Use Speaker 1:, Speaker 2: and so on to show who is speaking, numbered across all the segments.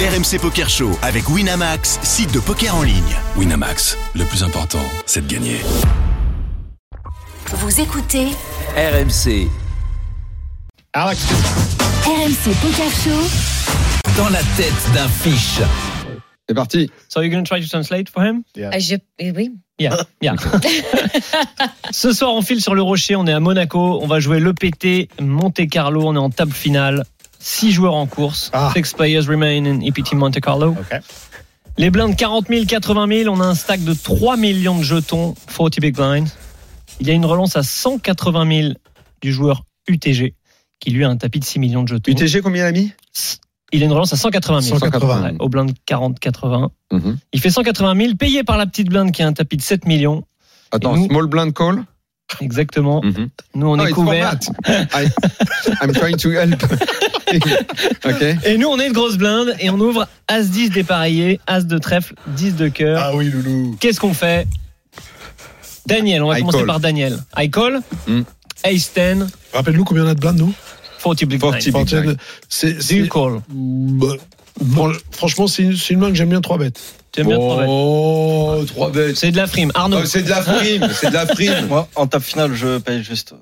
Speaker 1: RMC Poker Show avec Winamax, site de poker en ligne.
Speaker 2: Winamax, le plus important, c'est de gagner.
Speaker 3: Vous écoutez
Speaker 4: RMC,
Speaker 5: Alex,
Speaker 3: RMC Poker Show.
Speaker 4: dans la tête d'un fiche.
Speaker 5: c'est parti.
Speaker 6: So you're going to try to translate for him?
Speaker 7: Ah, je- eh oui.
Speaker 6: Yeah, yeah. Ce soir, on file sur le rocher, on est à Monaco, on va jouer le PT Monte Carlo, on est en table finale. Six joueurs en course,
Speaker 5: Ah.
Speaker 6: six players remain in EPT Monte Carlo.
Speaker 5: Ok.
Speaker 6: Les blindes 40 000, 80 000, on a un stack de 3 millions de jetons, 40 big blinds. Il y a une relance à 180 000 du joueur UTG, qui lui a un tapis de 6 millions de jetons.
Speaker 5: UTG, combien, l'ami
Speaker 6: Il a une relance à 180 000.
Speaker 5: 180.
Speaker 6: Ouais, Au blind 40-80.
Speaker 5: Mhm.
Speaker 6: Il fait 180 000, payé par la petite blinde qui a un tapis de 7 millions.
Speaker 5: Attends,
Speaker 6: Et nous-
Speaker 5: small blind call
Speaker 6: Exactement. Nous, on
Speaker 5: Oh,
Speaker 8: Ah,
Speaker 6: est
Speaker 5: it's
Speaker 6: couvert.
Speaker 5: format. I- I'm trying to help. ok.
Speaker 6: Et nous, on est une grosse blinde et on ouvre As-10 dépareillé, As de trèfle, 10 de cœur.
Speaker 8: Ah oui, loulou.
Speaker 6: Qu'est-ce qu'on fait Daniel, on va
Speaker 5: I
Speaker 6: commencer
Speaker 5: call.
Speaker 6: par Daniel. I call,
Speaker 5: Mm.
Speaker 6: Ace 10,
Speaker 8: Rappelle-nous combien on a de blindes, nous
Speaker 6: 40 big
Speaker 5: 40
Speaker 6: blind.
Speaker 5: big
Speaker 8: Trentaine.
Speaker 5: blind.
Speaker 8: C'est.
Speaker 6: Do
Speaker 8: c'est-
Speaker 6: you call
Speaker 8: Bah, fran- Franchement, c'est une, c'est une main que j'aime bien 3 bêtes.
Speaker 6: Tu aimes bien le problème
Speaker 8: Oh, 3 bêtes.
Speaker 6: C'est de la frime. Arnaud,
Speaker 5: Oh, c'est de la frime, c'est de la frime.
Speaker 9: Moi, en table finale, je paye juste.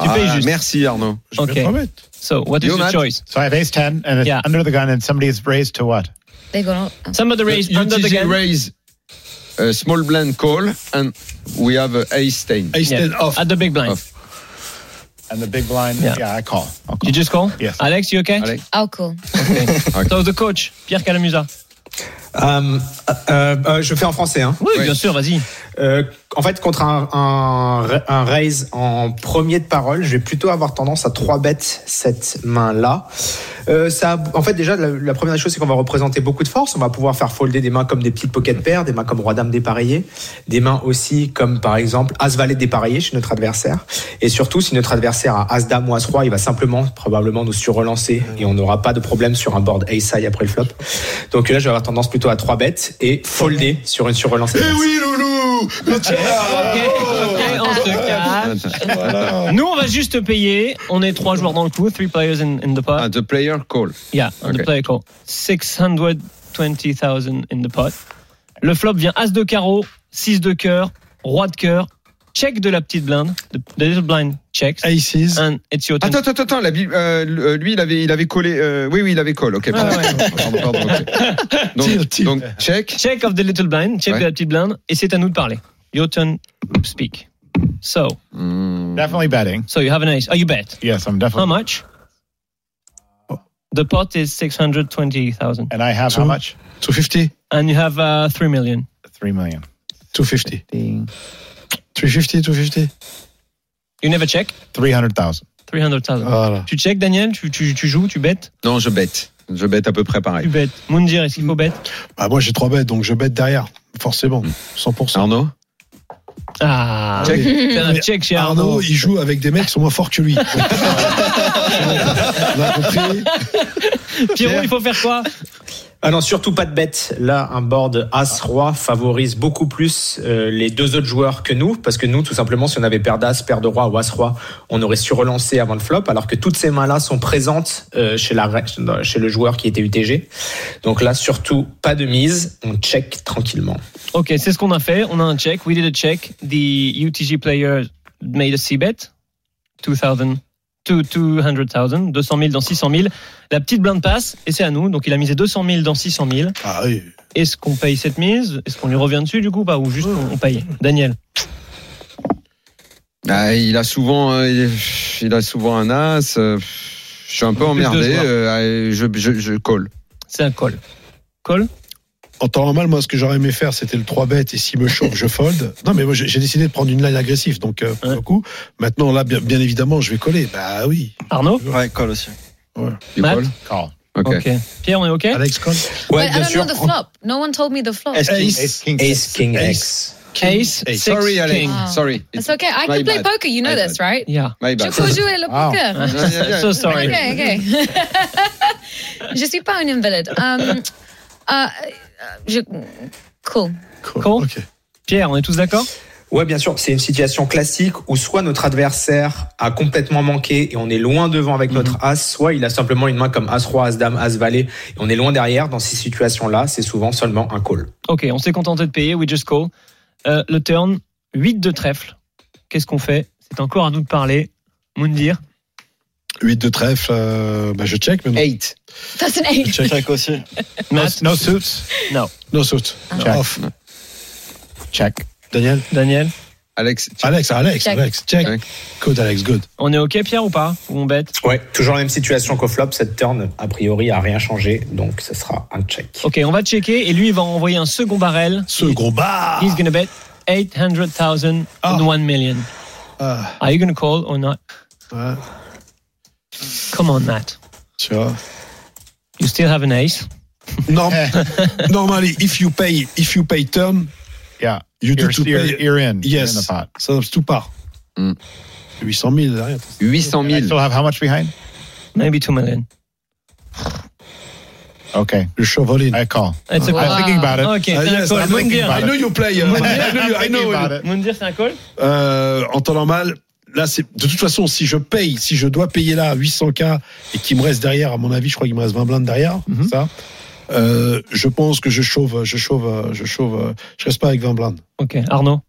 Speaker 6: tu payes
Speaker 5: Ah,
Speaker 6: juste.
Speaker 5: Merci Arnaud.
Speaker 8: J'aime bien
Speaker 6: Ok.
Speaker 8: 3 bêtes.
Speaker 6: So, what is your
Speaker 5: Jonas.
Speaker 6: choice
Speaker 10: So I have ace 10 and it's
Speaker 6: Yeah.
Speaker 10: under the gun, and somebody's raised to what?
Speaker 7: D'accord.
Speaker 6: Somebody raise under the
Speaker 5: UTG
Speaker 6: gun.
Speaker 5: raise a small blind call and we have a ace 10.
Speaker 8: Ace
Speaker 6: Yeah.
Speaker 8: 10 off.
Speaker 6: At the big blind.
Speaker 5: Off.
Speaker 10: And the big blind,
Speaker 6: Yeah.
Speaker 10: yeah, I call.
Speaker 8: Ah
Speaker 10: I'll call.
Speaker 6: You just call
Speaker 10: Yes.
Speaker 6: Alex, you okay?
Speaker 5: Alex.
Speaker 7: Ah, cool.
Speaker 6: So the coach, Pierre Calamusa.
Speaker 11: Euh, euh, euh, je fais en français. Hein.
Speaker 6: Oui,
Speaker 5: Oui.
Speaker 6: bien sûr, vas-y.
Speaker 11: Euh, en fait, contre un, un, un raise en premier de parole, je vais plutôt avoir tendance à 3 bêtes cette main-là. Euh, ça, en fait, déjà, la, la première chose, c'est qu'on va représenter beaucoup de force. On va pouvoir faire folder des mains comme des petites pocket pairs, des mains comme Roi-Dame dépareillé, des mains aussi comme, par exemple, As-Valet dépareillé chez notre adversaire. Et surtout, si notre adversaire a As-Dame ou As-Roi, il va simplement, probablement, nous surrelancer et on n'aura pas de problème sur un board Ace-High après le flop. Donc là, je vais avoir tendance plutôt à 3 bêtes et folder sur une surrelance.
Speaker 8: Eh oui, loulou Le
Speaker 5: Ah.
Speaker 8: tir.
Speaker 6: Ok, ok, on se calme.
Speaker 8: Voilà.
Speaker 6: Nous, on va juste payer. On est trois joueurs dans le coup, three players in, in the pot.
Speaker 5: Ah, the player call.
Speaker 6: yeah, on the
Speaker 5: ok.
Speaker 6: player call. 620,000 in the pot. Le flop vient As de carreau, 6 de cœur, Roi de cœur, check de la petite blinde, the, the little blind checks,
Speaker 8: Aces.
Speaker 6: and it's your turn.
Speaker 5: Attends, attends, attends, la bi- euh, euh, lui, il avait, il avait collé. euh, oui, oui, il avait collé. Ok, pardon.
Speaker 6: ouais.
Speaker 5: Pardon, pardon, ok. Donc,
Speaker 8: Tire, tire.
Speaker 5: donc, check.
Speaker 6: Check of the little blind, check
Speaker 5: Ouais.
Speaker 6: de la petite blinde, et c'est à nous de parler. Your turn, speak. So,
Speaker 10: Definitely betting.
Speaker 6: so you have an ace. Oh, you bet.
Speaker 10: Yes, I'm
Speaker 6: How
Speaker 10: definitely.
Speaker 6: much? The pot is 620,000.
Speaker 10: And I have how
Speaker 8: Two.
Speaker 10: much?
Speaker 8: 250.
Speaker 6: And you have uh, 3 million.
Speaker 10: Three million.
Speaker 8: 250. 350, 250.
Speaker 6: You never check?
Speaker 10: Three hundred thousand.
Speaker 6: 300,000.
Speaker 8: Voilà.
Speaker 6: Tu check, Daniel tu, tu, tu joues, tu bêtes
Speaker 5: Non, je bête. Je bête à peu près
Speaker 6: Tu
Speaker 5: pareil.
Speaker 6: bêtes. Moundir, est-ce qu'il faut bête
Speaker 8: Bah, moi, j'ai 3 bêtes, donc je bête derrière. Forcément. 100%.
Speaker 5: Arnaud
Speaker 6: Ah
Speaker 5: Check.
Speaker 6: Fais un
Speaker 8: Mais
Speaker 6: check chez
Speaker 8: Mm. Arnaud,
Speaker 6: Arnaud.
Speaker 8: il joue avec des mecs qui sont moins forts que lui. On a compris.
Speaker 6: Pierrot, il faut faire quoi
Speaker 11: Ah non, surtout pas de bête. Là, un board As-Roi favorise beaucoup plus euh, les deux autres joueurs que nous, parce que nous, tout simplement, si on avait paire d'As, paire de Roi ou As-Roi, on aurait su relancer avant le flop, alors que toutes ces mains-là sont présentes euh, chez, la, re- chez le joueur qui était UTG. Donc là, surtout pas de mise, on check tranquillement.
Speaker 6: Ok, c'est ce qu'on a fait. On a un check. We did a check. The UTG player made a C-bet. 2000. Two- 200,000. 200 000 dans 600 000. La petite blinde passe et c'est à nous. Donc il a misé 200 000 dans 600 000.
Speaker 8: Ah oui.
Speaker 6: Est-ce qu'on paye cette mise Est-ce qu'on lui revient dessus du coup bah, Ou juste on on paye Daniel
Speaker 5: Ah, il a souvent, euh, il a souvent un as. euh, je suis un peu
Speaker 6: Plus de
Speaker 5: emmerdé.
Speaker 6: joueurs.
Speaker 5: euh, je, je, je call.
Speaker 6: C'est un call. Call
Speaker 8: En temps normal, moi, ce que j'aurais aimé faire, c'était le 3 bêtes et s'il me chauffe, je fold. Non, mais moi, j'ai j'ai décidé de prendre une line agressive, donc, euh, pour
Speaker 6: Ouais.
Speaker 8: le coup. Maintenant, là, bien, bien évidemment, je vais coller. Bah oui.
Speaker 6: Arnaud
Speaker 9: Ouais, call aussi.
Speaker 5: Tu
Speaker 6: Matt
Speaker 5: call
Speaker 10: Call.
Speaker 5: Ok.
Speaker 6: ok. Pierre, on est ok
Speaker 8: Alex Cole.
Speaker 7: But I don't know the flop. No one told me the flop.
Speaker 9: Est-ce qu'il-
Speaker 10: Ace king.
Speaker 11: Ace, King, X.
Speaker 6: Ace,
Speaker 8: Ace.
Speaker 6: six,
Speaker 5: Sorry, Alex.
Speaker 6: king.
Speaker 7: Ah.
Speaker 5: Sorry.
Speaker 7: It's okay. I
Speaker 5: My
Speaker 7: can play
Speaker 5: bad.
Speaker 7: poker. You know
Speaker 5: My
Speaker 7: this,
Speaker 5: bad.
Speaker 7: right?
Speaker 6: Yeah.
Speaker 5: My
Speaker 7: Je
Speaker 5: bad.
Speaker 7: peux jouer le
Speaker 10: Wow.
Speaker 7: poker.
Speaker 6: so sorry.
Speaker 7: Ok, ok. je suis pas une invalide. Um, uh, je... Cool.
Speaker 8: Cole.
Speaker 6: Cole.
Speaker 8: Ok.
Speaker 6: Pierre, on est tous d'accord
Speaker 11: Ouais, bien sûr, c'est une situation classique où soit notre adversaire a complètement manqué et on est loin devant avec notre as, soit il a simplement une main comme as roi, as dame, as valet et on est loin derrière. Dans ces situations-là, c'est souvent seulement un call.
Speaker 6: Ok, on s'est contenté de payer, we just call. Euh, le turn, 8 de trèfle. Qu'est-ce qu'on fait C'est encore à nous de parler. Moundir,
Speaker 8: 8 de trèfle, euh, bah, je check maintenant.
Speaker 5: 8.
Speaker 7: That's an
Speaker 9: Je
Speaker 7: eight.
Speaker 9: check aussi.
Speaker 10: No,
Speaker 6: Matt,
Speaker 10: no suits.
Speaker 8: No suit.
Speaker 10: Check.
Speaker 8: Off.
Speaker 10: Check.
Speaker 8: Daniel.
Speaker 6: Daniel,
Speaker 5: Alex, tu-
Speaker 8: Alex, Alex,
Speaker 7: Check.
Speaker 8: Alex. Check.
Speaker 5: Check.
Speaker 8: Good, Alex, good.
Speaker 6: on est ok Pierre ou pas Ou on bête
Speaker 11: Ouais, toujours la même situation qu'au flop, cette turn a priori a rien changé, donc ce sera un check.
Speaker 6: Ok, on va checker et lui il va envoyer un second barrel.
Speaker 8: Ce gros bar.
Speaker 6: He's gonna bet 800,000 and
Speaker 8: Ah.
Speaker 6: 1 million.
Speaker 8: Ah,
Speaker 6: Are you gonna call or not
Speaker 8: ouais,
Speaker 6: Come on Matt,
Speaker 8: tu vois.
Speaker 6: you still have an ace.
Speaker 8: Norm-
Speaker 10: Eh.
Speaker 8: normally, if you pay, if you pay turn,
Speaker 10: Yeah.
Speaker 8: you do
Speaker 10: You're,
Speaker 8: to
Speaker 10: you're,
Speaker 8: pay.
Speaker 10: you're in. You're in the
Speaker 8: Yes.
Speaker 10: pot.
Speaker 8: Ça tout part.
Speaker 5: Mm.
Speaker 8: 800 000 derrière.
Speaker 5: 800
Speaker 10: I
Speaker 5: 000.
Speaker 10: still have how much behind?
Speaker 6: Maybe 2 million.
Speaker 10: Okay.
Speaker 8: Le cheval in.
Speaker 10: I call.
Speaker 6: It's a
Speaker 10: I'm
Speaker 6: call.
Speaker 10: thinking about it. Uh,
Speaker 6: Ok, c'est
Speaker 8: Ah,
Speaker 6: un
Speaker 8: yes,
Speaker 6: call.
Speaker 8: I'm thinking
Speaker 6: Moundir,
Speaker 8: I know you play. euh, I know you- I know you-
Speaker 6: Moundir, c'est un call
Speaker 8: Euh, en temps normal, là, c'est de toute façon, si je paye, si je dois payer là 800K et qu'il me reste derrière, à mon avis, je crois qu'il me reste 20 blindes derrière,
Speaker 6: Mhm.
Speaker 8: ça, euh, je pense que je chauffe, je chauffe, euh, je chauffe, euh, je reste pas avec 20 blindes.
Speaker 6: Ok, Arnaud.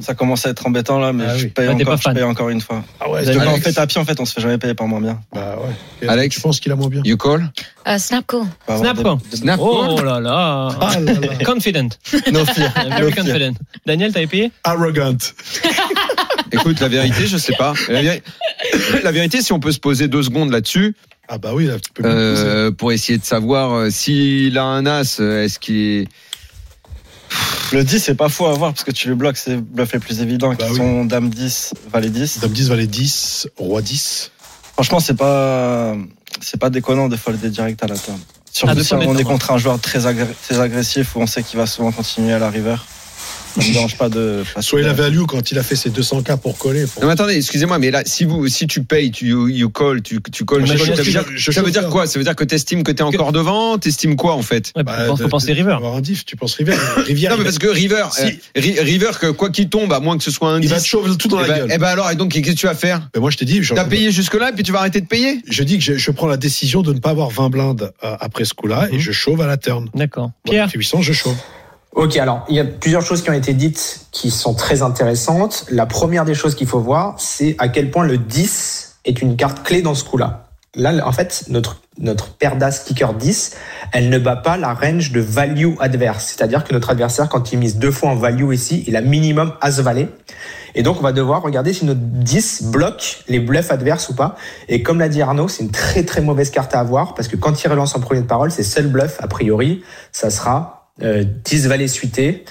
Speaker 9: Ça commence à être embêtant là, mais
Speaker 8: Ah
Speaker 9: je,
Speaker 8: oui.
Speaker 9: paye
Speaker 6: Ah, t'es
Speaker 9: encore,
Speaker 6: pas
Speaker 9: je
Speaker 6: fan.
Speaker 9: paye encore une fois.
Speaker 8: Ah ouais,
Speaker 9: Parce
Speaker 6: Alex.
Speaker 9: que quand on fait tapis, en fait, on se fait jamais payer par moins bien.
Speaker 8: bah ouais. Et
Speaker 5: Alex.
Speaker 8: Je pense qu'il a moins bien.
Speaker 5: You call
Speaker 7: Euh, snap call.
Speaker 9: On peut avoir
Speaker 6: Snap quoi
Speaker 9: des- des-
Speaker 5: Snap
Speaker 6: Oh là là
Speaker 8: Ah là là.
Speaker 6: Confident.
Speaker 5: Non, fear.
Speaker 6: Very confident. Daniel, t'avais payé
Speaker 8: Arrogant.
Speaker 5: Écoute, la vérité, je sais pas. La, véri- la vérité, si on peut se poser deux secondes là-dessus,
Speaker 8: Ah bah oui, là, tu peux me poser.
Speaker 5: euh, pour essayer de savoir euh, s'il a un as, euh, est-ce qu'il est...
Speaker 9: Le 10, c'est pas fou à avoir parce que tu le bloques, c'est le bluff les plus évidents
Speaker 8: Bah
Speaker 9: qui
Speaker 8: oui.
Speaker 9: sont dame 10, valet 10.
Speaker 8: Dame 10, valet 10, roi 10.
Speaker 9: Franchement, c'est pas, c'est pas déconnant de folder direct à la table.
Speaker 6: Ah,
Speaker 9: Surtout
Speaker 6: de
Speaker 9: si
Speaker 6: folder
Speaker 9: on est
Speaker 6: direct.
Speaker 9: contre un joueur très, agré- très agressif où on sait qu'il va souvent continuer à la river. Ça me dérange pas de.
Speaker 10: Bah,
Speaker 8: Soit il a value quand il a fait ses 200K pour coller. pour-
Speaker 5: Non mais attendez, excusez-moi, mais là, si vous, si tu payes, tu you, you call, tu, tu calls,
Speaker 6: Mais
Speaker 5: tu
Speaker 6: je
Speaker 5: calls,
Speaker 6: pense
Speaker 5: ça
Speaker 8: que
Speaker 5: veut dire,
Speaker 8: Eh ben, je- je
Speaker 5: ça veut dire
Speaker 8: chauffe
Speaker 5: quoi Ça veut dire que t'estimes que t'es encore devant, t'estimes quoi en fait
Speaker 6: Ouais,
Speaker 8: Bah,
Speaker 6: bah, faut
Speaker 8: de-
Speaker 6: penser
Speaker 8: de-
Speaker 6: River.
Speaker 8: avoir un diff, tu penses Rivière. Rivière,
Speaker 5: Non mais
Speaker 8: il, va-
Speaker 5: parce que River,
Speaker 8: Si.
Speaker 5: euh, Ri- River, que quoi qu'il tombe, à moins que ce soit un
Speaker 8: il va
Speaker 5: 10,
Speaker 8: te chauffer tout dans
Speaker 5: eh
Speaker 8: la
Speaker 5: ben,
Speaker 8: gueule. Euh,
Speaker 5: eh ben alors, et donc qu'est-ce que tu vas faire
Speaker 8: Mais moi, je t'ai dit, je-
Speaker 5: T'as payé jusque-là, et puis tu vas arrêter de payer
Speaker 8: je dis que je, je prends la décision de ne pas avoir 20 blindes euh, après ce coup-là
Speaker 10: Mhm.
Speaker 8: et je chauve à la turn.
Speaker 6: D'accord.
Speaker 8: Pierre.
Speaker 6: Pierre,
Speaker 8: 800, je chauve.
Speaker 11: Ok, alors il y a plusieurs choses qui ont été dites qui sont très intéressantes. La première des choses qu'il faut voir, c'est à quel point le 10 est une carte clé dans ce coup-là. Là, en fait, notre, notre paire d'as kicker 10, elle ne bat pas la range de value adverse. C'est-à-dire que notre adversaire, quand il mise deux fois en value ici, il a minimum as valet. Et donc, on va devoir regarder si notre 10 bloque les bluffs adverses ou pas. Et comme l'a dit Arnaud, c'est une très très mauvaise carte à avoir parce que quand il relance en premier de parole, ses seuls bluffs, a priori, ça sera euh, 10 valet suité,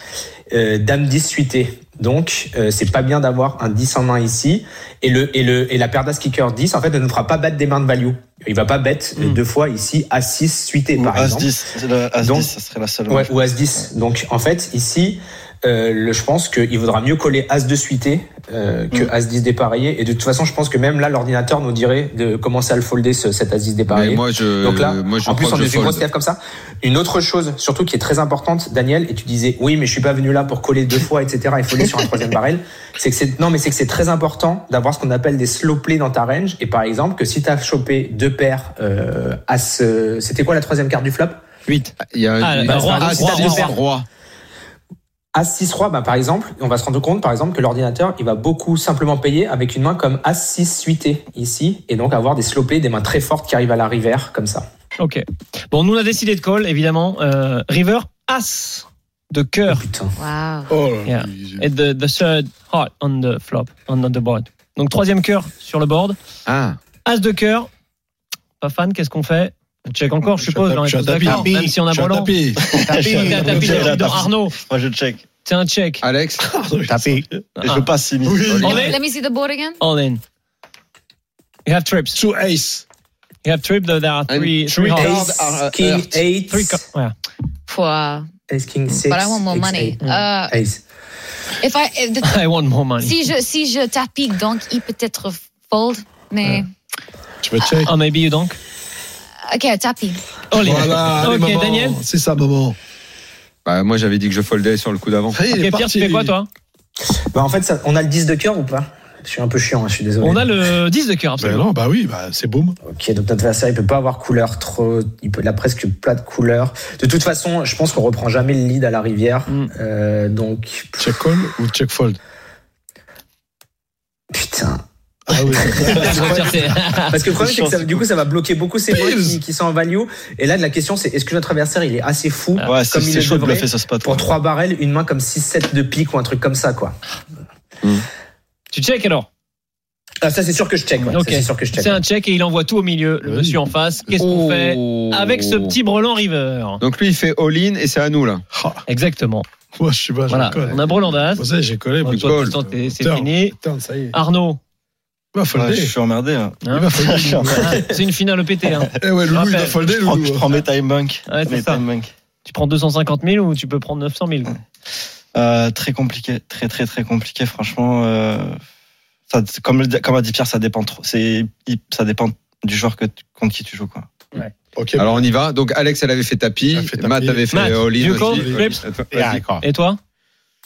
Speaker 11: euh, dame 10 suité. Donc, euh, c'est pas bien d'avoir un 10 en main ici. Et, le, et, le, et la paire d'as kicker 10, en fait, ne nous fera pas battre des mains de value. Il va pas bête euh,
Speaker 6: Mm.
Speaker 11: deux fois ici à 6 suité,
Speaker 9: Hmm. Ou
Speaker 11: par
Speaker 9: As
Speaker 11: exemple.
Speaker 9: 10, c'est le As
Speaker 11: Donc-
Speaker 9: 10, ça serait la seule.
Speaker 11: Ouais, ou As-10. Donc, en fait, ici, euh, le- je pense qu'il vaudra mieux coller As-2 suité euh, que
Speaker 9: Mm.
Speaker 11: As-10 dépareillé. Et de toute façon, je pense que même là, l'ordinateur nous dirait de commencer à le folder, ce, cet As-10 dépareillé.
Speaker 5: Mais moi je,
Speaker 11: Donc là,
Speaker 5: moi je
Speaker 11: en plus,
Speaker 5: crois
Speaker 11: on
Speaker 5: que
Speaker 11: a
Speaker 5: je
Speaker 11: fait une grosse
Speaker 5: fold.
Speaker 11: tf comme ça. Une autre chose, surtout qui est très importante, Daniel, et tu disais, oui, mais je suis pas venu là pour coller deux fois, etc., et folder sur un troisième barrel. C'est que c'est, non, mais c'est que c'est très important d'avoir ce qu'on appelle des slow plays dans ta range. Et par exemple, que si t'as chopé deux paires, euh, à ce, c'était quoi la troisième carte du flop?
Speaker 6: 8.
Speaker 5: Il y a
Speaker 6: Ah,
Speaker 5: il y
Speaker 6: bah,
Speaker 5: a-
Speaker 6: roi,
Speaker 5: ah,
Speaker 6: roi,
Speaker 5: c'est-
Speaker 6: roi,
Speaker 5: roi.
Speaker 11: As-6 roi, bah, par exemple, on va se rendre compte, par exemple, que l'ordinateur, il va beaucoup simplement payer avec une main comme As-6 suité E ici, et donc avoir des slow plays, des mains très fortes qui arrivent à la river, comme ça.
Speaker 6: Ok. Bon, nous on a décidé de call, évidemment. Euh, River, As de cœur.
Speaker 11: Putain.
Speaker 7: Wow.
Speaker 8: Oh
Speaker 9: bah,
Speaker 8: là
Speaker 6: Yeah.
Speaker 8: là. il-
Speaker 6: Mm. Et the, the third heart on the flop, on the board. Donc troisième cœur sur le board.
Speaker 5: Ah,
Speaker 6: As de cœur. Pas fan, qu'est-ce qu'on fait On check encore, je
Speaker 8: Je suis
Speaker 6: suppose.
Speaker 8: à
Speaker 6: on est
Speaker 8: tapis,
Speaker 6: tous
Speaker 8: je suis à
Speaker 6: d'accord,
Speaker 8: tapis.
Speaker 6: Même si on a
Speaker 8: Je suis un
Speaker 6: volant.
Speaker 8: tapis.
Speaker 6: T'as tapis
Speaker 9: Je suis à
Speaker 6: dans- dans
Speaker 9: tapis.
Speaker 6: Arnaud.
Speaker 9: Moi, je check.
Speaker 6: C'est un check.
Speaker 5: Alex
Speaker 6: Ah,
Speaker 10: Tapis.
Speaker 9: Et je passe 6 minutes.
Speaker 8: Oui.
Speaker 6: On est
Speaker 7: Let me see the board again.
Speaker 6: all in. You have trips.
Speaker 8: Sous ace.
Speaker 6: You have trips, though there are
Speaker 5: And
Speaker 6: three,
Speaker 5: three
Speaker 6: three hearts.
Speaker 5: cards are, uh,
Speaker 11: Ace, King,
Speaker 5: hurt.
Speaker 11: 8,
Speaker 6: Three cards. Yeah.
Speaker 7: Wow.
Speaker 11: Ace, King, 6.
Speaker 7: But I want more money. Uh,
Speaker 11: Ace.
Speaker 7: if I, if the-
Speaker 6: I want more money.
Speaker 7: si je, si je tapis, donc il peut être fold, mais.
Speaker 8: Tu vas check.
Speaker 6: Oh, maybe you don't.
Speaker 7: Ok, tapis.
Speaker 6: All in.
Speaker 8: Voilà. allez,
Speaker 6: ok,
Speaker 8: maman.
Speaker 6: Daniel.
Speaker 8: C'est ça, maman.
Speaker 5: Bah, moi j'avais dit que je foldais sur le coup d'avant.
Speaker 8: Ça y est, il
Speaker 6: Ok,
Speaker 8: est
Speaker 6: Pierre, tu
Speaker 8: parti.
Speaker 6: fais quoi, toi
Speaker 11: Bah, en fait, ça- on a le 10 de cœur ou pas Je suis un peu chiant, hein, je suis désolé.
Speaker 6: On a le 10 de cœur,
Speaker 8: Ben
Speaker 6: absolument.
Speaker 8: non, bah oui, bah, c'est boum.
Speaker 11: Ok, donc notre adversaire, il peut pas avoir couleur trop. Il, peut, il a presque pas de couleur. De toute façon, je pense qu'on reprend jamais le lead à la rivière.
Speaker 6: Mm.
Speaker 11: Euh, donc,
Speaker 8: Check call ou check fold
Speaker 11: putain.
Speaker 8: Ah oui.
Speaker 11: Parce que le problème, c'est que ça- du coup, ça va bloquer beaucoup ces mots
Speaker 8: Bills.
Speaker 11: qui, qui sont en value. Et là, la question, c'est est-ce que notre adversaire, il est assez fou
Speaker 6: Ah.
Speaker 9: Ouais, c'est
Speaker 11: comme il
Speaker 9: c'est
Speaker 11: le
Speaker 9: chaud de
Speaker 11: devrait
Speaker 9: bluffer ça se passe
Speaker 11: pour trois barrels, une main comme 6-7 de pique ou un truc comme ça, quoi.
Speaker 6: Tu check alors.
Speaker 11: Ah, ça, c'est sûr que je check. ouais. Ça,
Speaker 6: Ok.
Speaker 11: C'est sûr que je check.
Speaker 6: C'est un check et il envoie tout au milieu, le
Speaker 8: Oui.
Speaker 6: monsieur en face. Qu'est-ce
Speaker 5: Oh.
Speaker 6: qu'on
Speaker 9: Oh.
Speaker 6: fait avec ce petit brelan river
Speaker 5: Donc lui, il fait all-in et c'est à nous, là.
Speaker 8: Ah,
Speaker 6: Exactement.
Speaker 8: moi, je suis pas, je
Speaker 6: Voilà,
Speaker 8: colle.
Speaker 6: on a brelan d'as.
Speaker 8: Vous savez, j'ai collé.
Speaker 6: Donc,
Speaker 8: but
Speaker 6: toi,
Speaker 8: goal.
Speaker 6: Tristan, t'es- c'est
Speaker 8: Putain,
Speaker 6: fini.
Speaker 8: Putain, ça y est.
Speaker 6: Arnaud,
Speaker 8: Il va
Speaker 9: Ouais, je
Speaker 8: folder.
Speaker 9: suis emmerdé là.
Speaker 6: hein,
Speaker 8: Il va folder.
Speaker 6: hein, c'est une finale EPT. Hein.
Speaker 8: Eh ouais, Loulou, il va
Speaker 6: rappelle.
Speaker 8: folder,
Speaker 9: Je prends,
Speaker 8: Loulou.
Speaker 9: je prends mes time bank.
Speaker 6: hein. Ouais, c'est
Speaker 9: Mes
Speaker 6: ça.
Speaker 9: time bank.
Speaker 6: Tu prends 250 000 ou tu peux prendre 900 000 quoi.
Speaker 9: Euh, très compliqué, très très très compliqué. Franchement, euh, ça, comme, le- comme a dit Pierre, ça dépend trop. C'est, il- ça dépend du joueur que tu- contre qui tu joues quoi.
Speaker 8: Ok,
Speaker 5: Alors on y va. Donc Alex, elle avait hein. fait tapis.
Speaker 8: Elle a fait tapis.
Speaker 5: Matt avait fait
Speaker 6: Matt,
Speaker 5: all-in
Speaker 6: you
Speaker 5: aussi.
Speaker 6: call,
Speaker 5: Vas-y,
Speaker 6: flips.
Speaker 5: vas-y.
Speaker 6: Et toi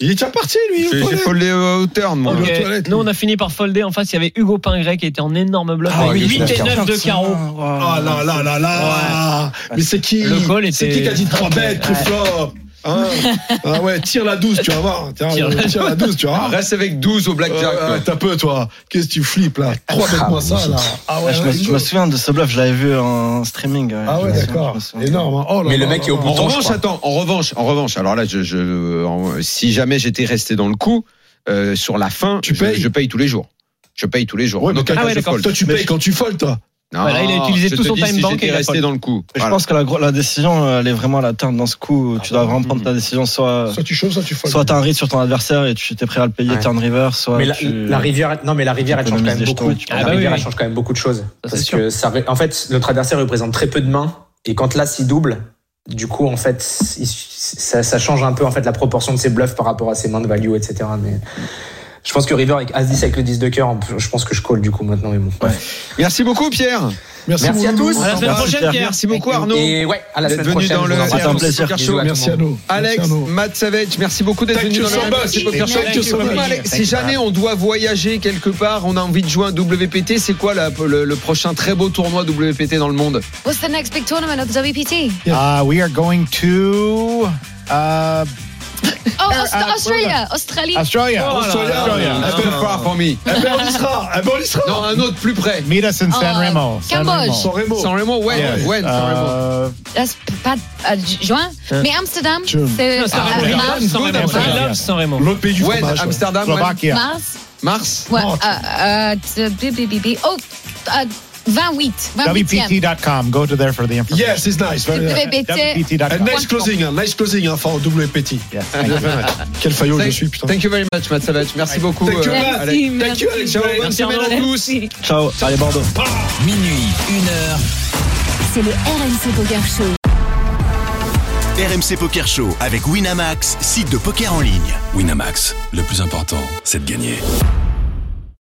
Speaker 8: il est déjà parti, lui.
Speaker 5: J'ai
Speaker 8: au
Speaker 5: j'ai
Speaker 8: toilette.
Speaker 5: foldé euh, au turn, moi.
Speaker 8: Oh,
Speaker 6: Ok.
Speaker 8: aux toilettes,
Speaker 6: Nous,
Speaker 8: lui.
Speaker 6: on a fini par folder. En face, il y avait Hugo Pingret qui était en énorme bluff.
Speaker 5: Ah,
Speaker 6: avec
Speaker 5: oui,
Speaker 6: 8 et 9 de carreau.
Speaker 8: Ah là là là là Mais c'est qui
Speaker 6: Le call
Speaker 8: C'est
Speaker 6: était-
Speaker 8: qui qui a dit 3 bêtes,
Speaker 6: Ouais.
Speaker 8: Truflop Hein Ah ouais, tire la 12, tu vas voir. Tiens,
Speaker 6: Tire
Speaker 8: Tire,
Speaker 6: la
Speaker 8: la 12, tu vas
Speaker 5: Ah,
Speaker 8: voir.
Speaker 5: Reste avec 12 au blackjack.
Speaker 8: Euh,
Speaker 5: quoi.
Speaker 8: ouais, T'as peu, toi. Qu'est-ce que tu flippes, là 3 bêtes moins ça, là. Ah ouais,
Speaker 9: je,
Speaker 8: ouais,
Speaker 9: me, je me souviens de ce bluff, je l'avais vu en streaming. ouais.
Speaker 8: Ah
Speaker 9: Je
Speaker 8: ouais,
Speaker 9: me souviens, je
Speaker 8: d'accord.
Speaker 9: me souviens.
Speaker 8: Énorme. hein. Oh là
Speaker 11: Mais
Speaker 8: là
Speaker 11: le mec
Speaker 8: là
Speaker 11: est au
Speaker 8: là
Speaker 11: bout
Speaker 8: là.
Speaker 5: En
Speaker 11: Autant, je
Speaker 5: revanche,
Speaker 11: crois.
Speaker 5: attends, en revanche, en revanche, alors là, je, je- euh, en- si jamais j'étais resté dans le coup, euh, sur la fin,
Speaker 8: Tu
Speaker 5: je,
Speaker 8: payes
Speaker 5: je paye tous les jours. Je paye tous les jours.
Speaker 8: Ouais, mais
Speaker 5: Donc,
Speaker 8: t'as-
Speaker 6: Ah ouais,
Speaker 5: je
Speaker 6: d'accord.
Speaker 5: fold.
Speaker 8: Toi, tu payes quand tu folles, toi.
Speaker 5: Non,
Speaker 6: Voilà, il a utilisé
Speaker 5: je
Speaker 6: tout
Speaker 5: te
Speaker 6: son
Speaker 5: dis,
Speaker 6: time
Speaker 5: si
Speaker 6: bank et
Speaker 5: j'étais
Speaker 6: il a
Speaker 5: resté
Speaker 6: fold.
Speaker 5: dans le coup.
Speaker 9: Mais Je
Speaker 5: Voilà.
Speaker 9: pense que la, gro- la décision, elle est vraiment à la turn dans ce coup. Tu dois vraiment prendre ta décision soit.
Speaker 8: Hmm. Soit tu chauffes, soit tu folles.
Speaker 9: Soit t'as un read sur ton adversaire et tu t'es prêt à le payer
Speaker 11: Ouais.
Speaker 9: turn river, soit
Speaker 11: mais la,
Speaker 9: tu-
Speaker 11: la rivière, non, mais la rivière, elle change quand même
Speaker 9: économises des
Speaker 11: beaucoup.
Speaker 9: jetons et tu
Speaker 6: Ah
Speaker 11: la
Speaker 6: bah oui,
Speaker 11: rivière,
Speaker 6: oui.
Speaker 11: elle change quand même beaucoup de choses.
Speaker 6: c'est
Speaker 11: parce
Speaker 6: sûr.
Speaker 11: que ça, ré- en fait, notre adversaire représente très peu de mains. Et quand là, s'il double, du coup, en fait, il- ça, ça change un peu en fait la proportion de ses bluffs par rapport à ses mains de value, etc. Mais je pense que River avec As-10 avec le 10 de cœur, je pense que je colle du coup maintenant. Mais bon.
Speaker 5: Merci beaucoup, Pierre.
Speaker 11: Merci à
Speaker 8: Loulou.
Speaker 11: tous.
Speaker 6: À la semaine
Speaker 9: Merci,
Speaker 6: prochaine,
Speaker 9: Pierre.
Speaker 6: Pierre.
Speaker 5: Merci beaucoup, Arnaud.
Speaker 11: Et ouais, à la
Speaker 5: D'être
Speaker 11: semaine
Speaker 5: venu
Speaker 11: prochaine.
Speaker 5: dans
Speaker 11: je
Speaker 5: le
Speaker 11: vous embrasse.
Speaker 9: C'est un plaisir.
Speaker 5: Poker
Speaker 11: Bisous
Speaker 5: Show.
Speaker 11: à
Speaker 8: Merci
Speaker 11: tout
Speaker 8: à
Speaker 11: le monde.
Speaker 8: nous.
Speaker 5: Alex,
Speaker 8: Merci à nous.
Speaker 5: Matt Savage, merci beaucoup d'être
Speaker 8: Thank
Speaker 5: venu
Speaker 8: you
Speaker 5: dans le
Speaker 8: so
Speaker 5: Remax,
Speaker 8: much.
Speaker 5: c'est Poker Show.
Speaker 8: Thank you so
Speaker 5: Dis-moi,
Speaker 8: much.
Speaker 5: Alex, Si jamais on doit voyager quelque part, on a envie de jouer un WPT, c'est quoi la- le, le prochain très beau tournoi WPT dans le monde
Speaker 7: What's the next big tournament of the WPT?
Speaker 10: Uh, we are going to uh,
Speaker 7: Oh, Aust- Australia! Australie!
Speaker 10: Australia.
Speaker 6: Oh là
Speaker 10: Australia.
Speaker 6: là.
Speaker 10: Australia.
Speaker 5: Apple Far for me.
Speaker 8: Eh ben, on y sera. Eh ben, on y sera.
Speaker 5: Non, un autre plus près.
Speaker 10: Meet us in San
Speaker 7: Uh,
Speaker 10: Remo. San
Speaker 7: Cambodge.
Speaker 10: Remo.
Speaker 8: San Remo.
Speaker 5: San Remo, ouais,
Speaker 10: Yeah.
Speaker 5: ouais, San Remo.
Speaker 10: Uh,
Speaker 7: That's pas à ju- juin. Mais Amsterdam, c'est euh,
Speaker 6: Non, San
Speaker 7: à-
Speaker 6: Remo.
Speaker 7: à-
Speaker 6: Love, San Remo.
Speaker 10: Amsterdam.
Speaker 6: I love San Remo.
Speaker 8: L'autre pays du
Speaker 5: Wen,
Speaker 8: fromage. ouais.
Speaker 5: Amsterdam, Wen,
Speaker 10: Slovakia.
Speaker 7: mars.
Speaker 5: Mars.
Speaker 7: Ouais,
Speaker 8: Mars.
Speaker 7: à- à- t- bi- bi- bi- bi- Oh, à 28. 28e.
Speaker 10: WPT.com. Go to there for the information.
Speaker 8: Yes, it's nice. Very nice.
Speaker 7: WPT.
Speaker 8: A
Speaker 10: WPT.com.
Speaker 8: nice closing, un nice closing, hein, enfin, en double petit. Ah,
Speaker 10: Yes, thank you.
Speaker 8: Quel faillot je
Speaker 5: Thank,
Speaker 8: suis, putain.
Speaker 5: thank you very much, Matt Savage. Merci beaucoup.
Speaker 8: Thank you,
Speaker 5: euh,
Speaker 8: Matt.
Speaker 5: Alex.
Speaker 8: Thank you, Alex.
Speaker 5: Ciao, bonne
Speaker 6: Merci,
Speaker 5: semaine à
Speaker 6: Arnaud.
Speaker 5: tous.
Speaker 9: Ciao, allez Bordeaux.
Speaker 4: Minuit, 1 heure.
Speaker 3: C'est le RMC Poker Show.
Speaker 1: RMC Poker Show avec Winamax, site de poker en ligne.
Speaker 2: Winamax, le plus important, c'est de gagner.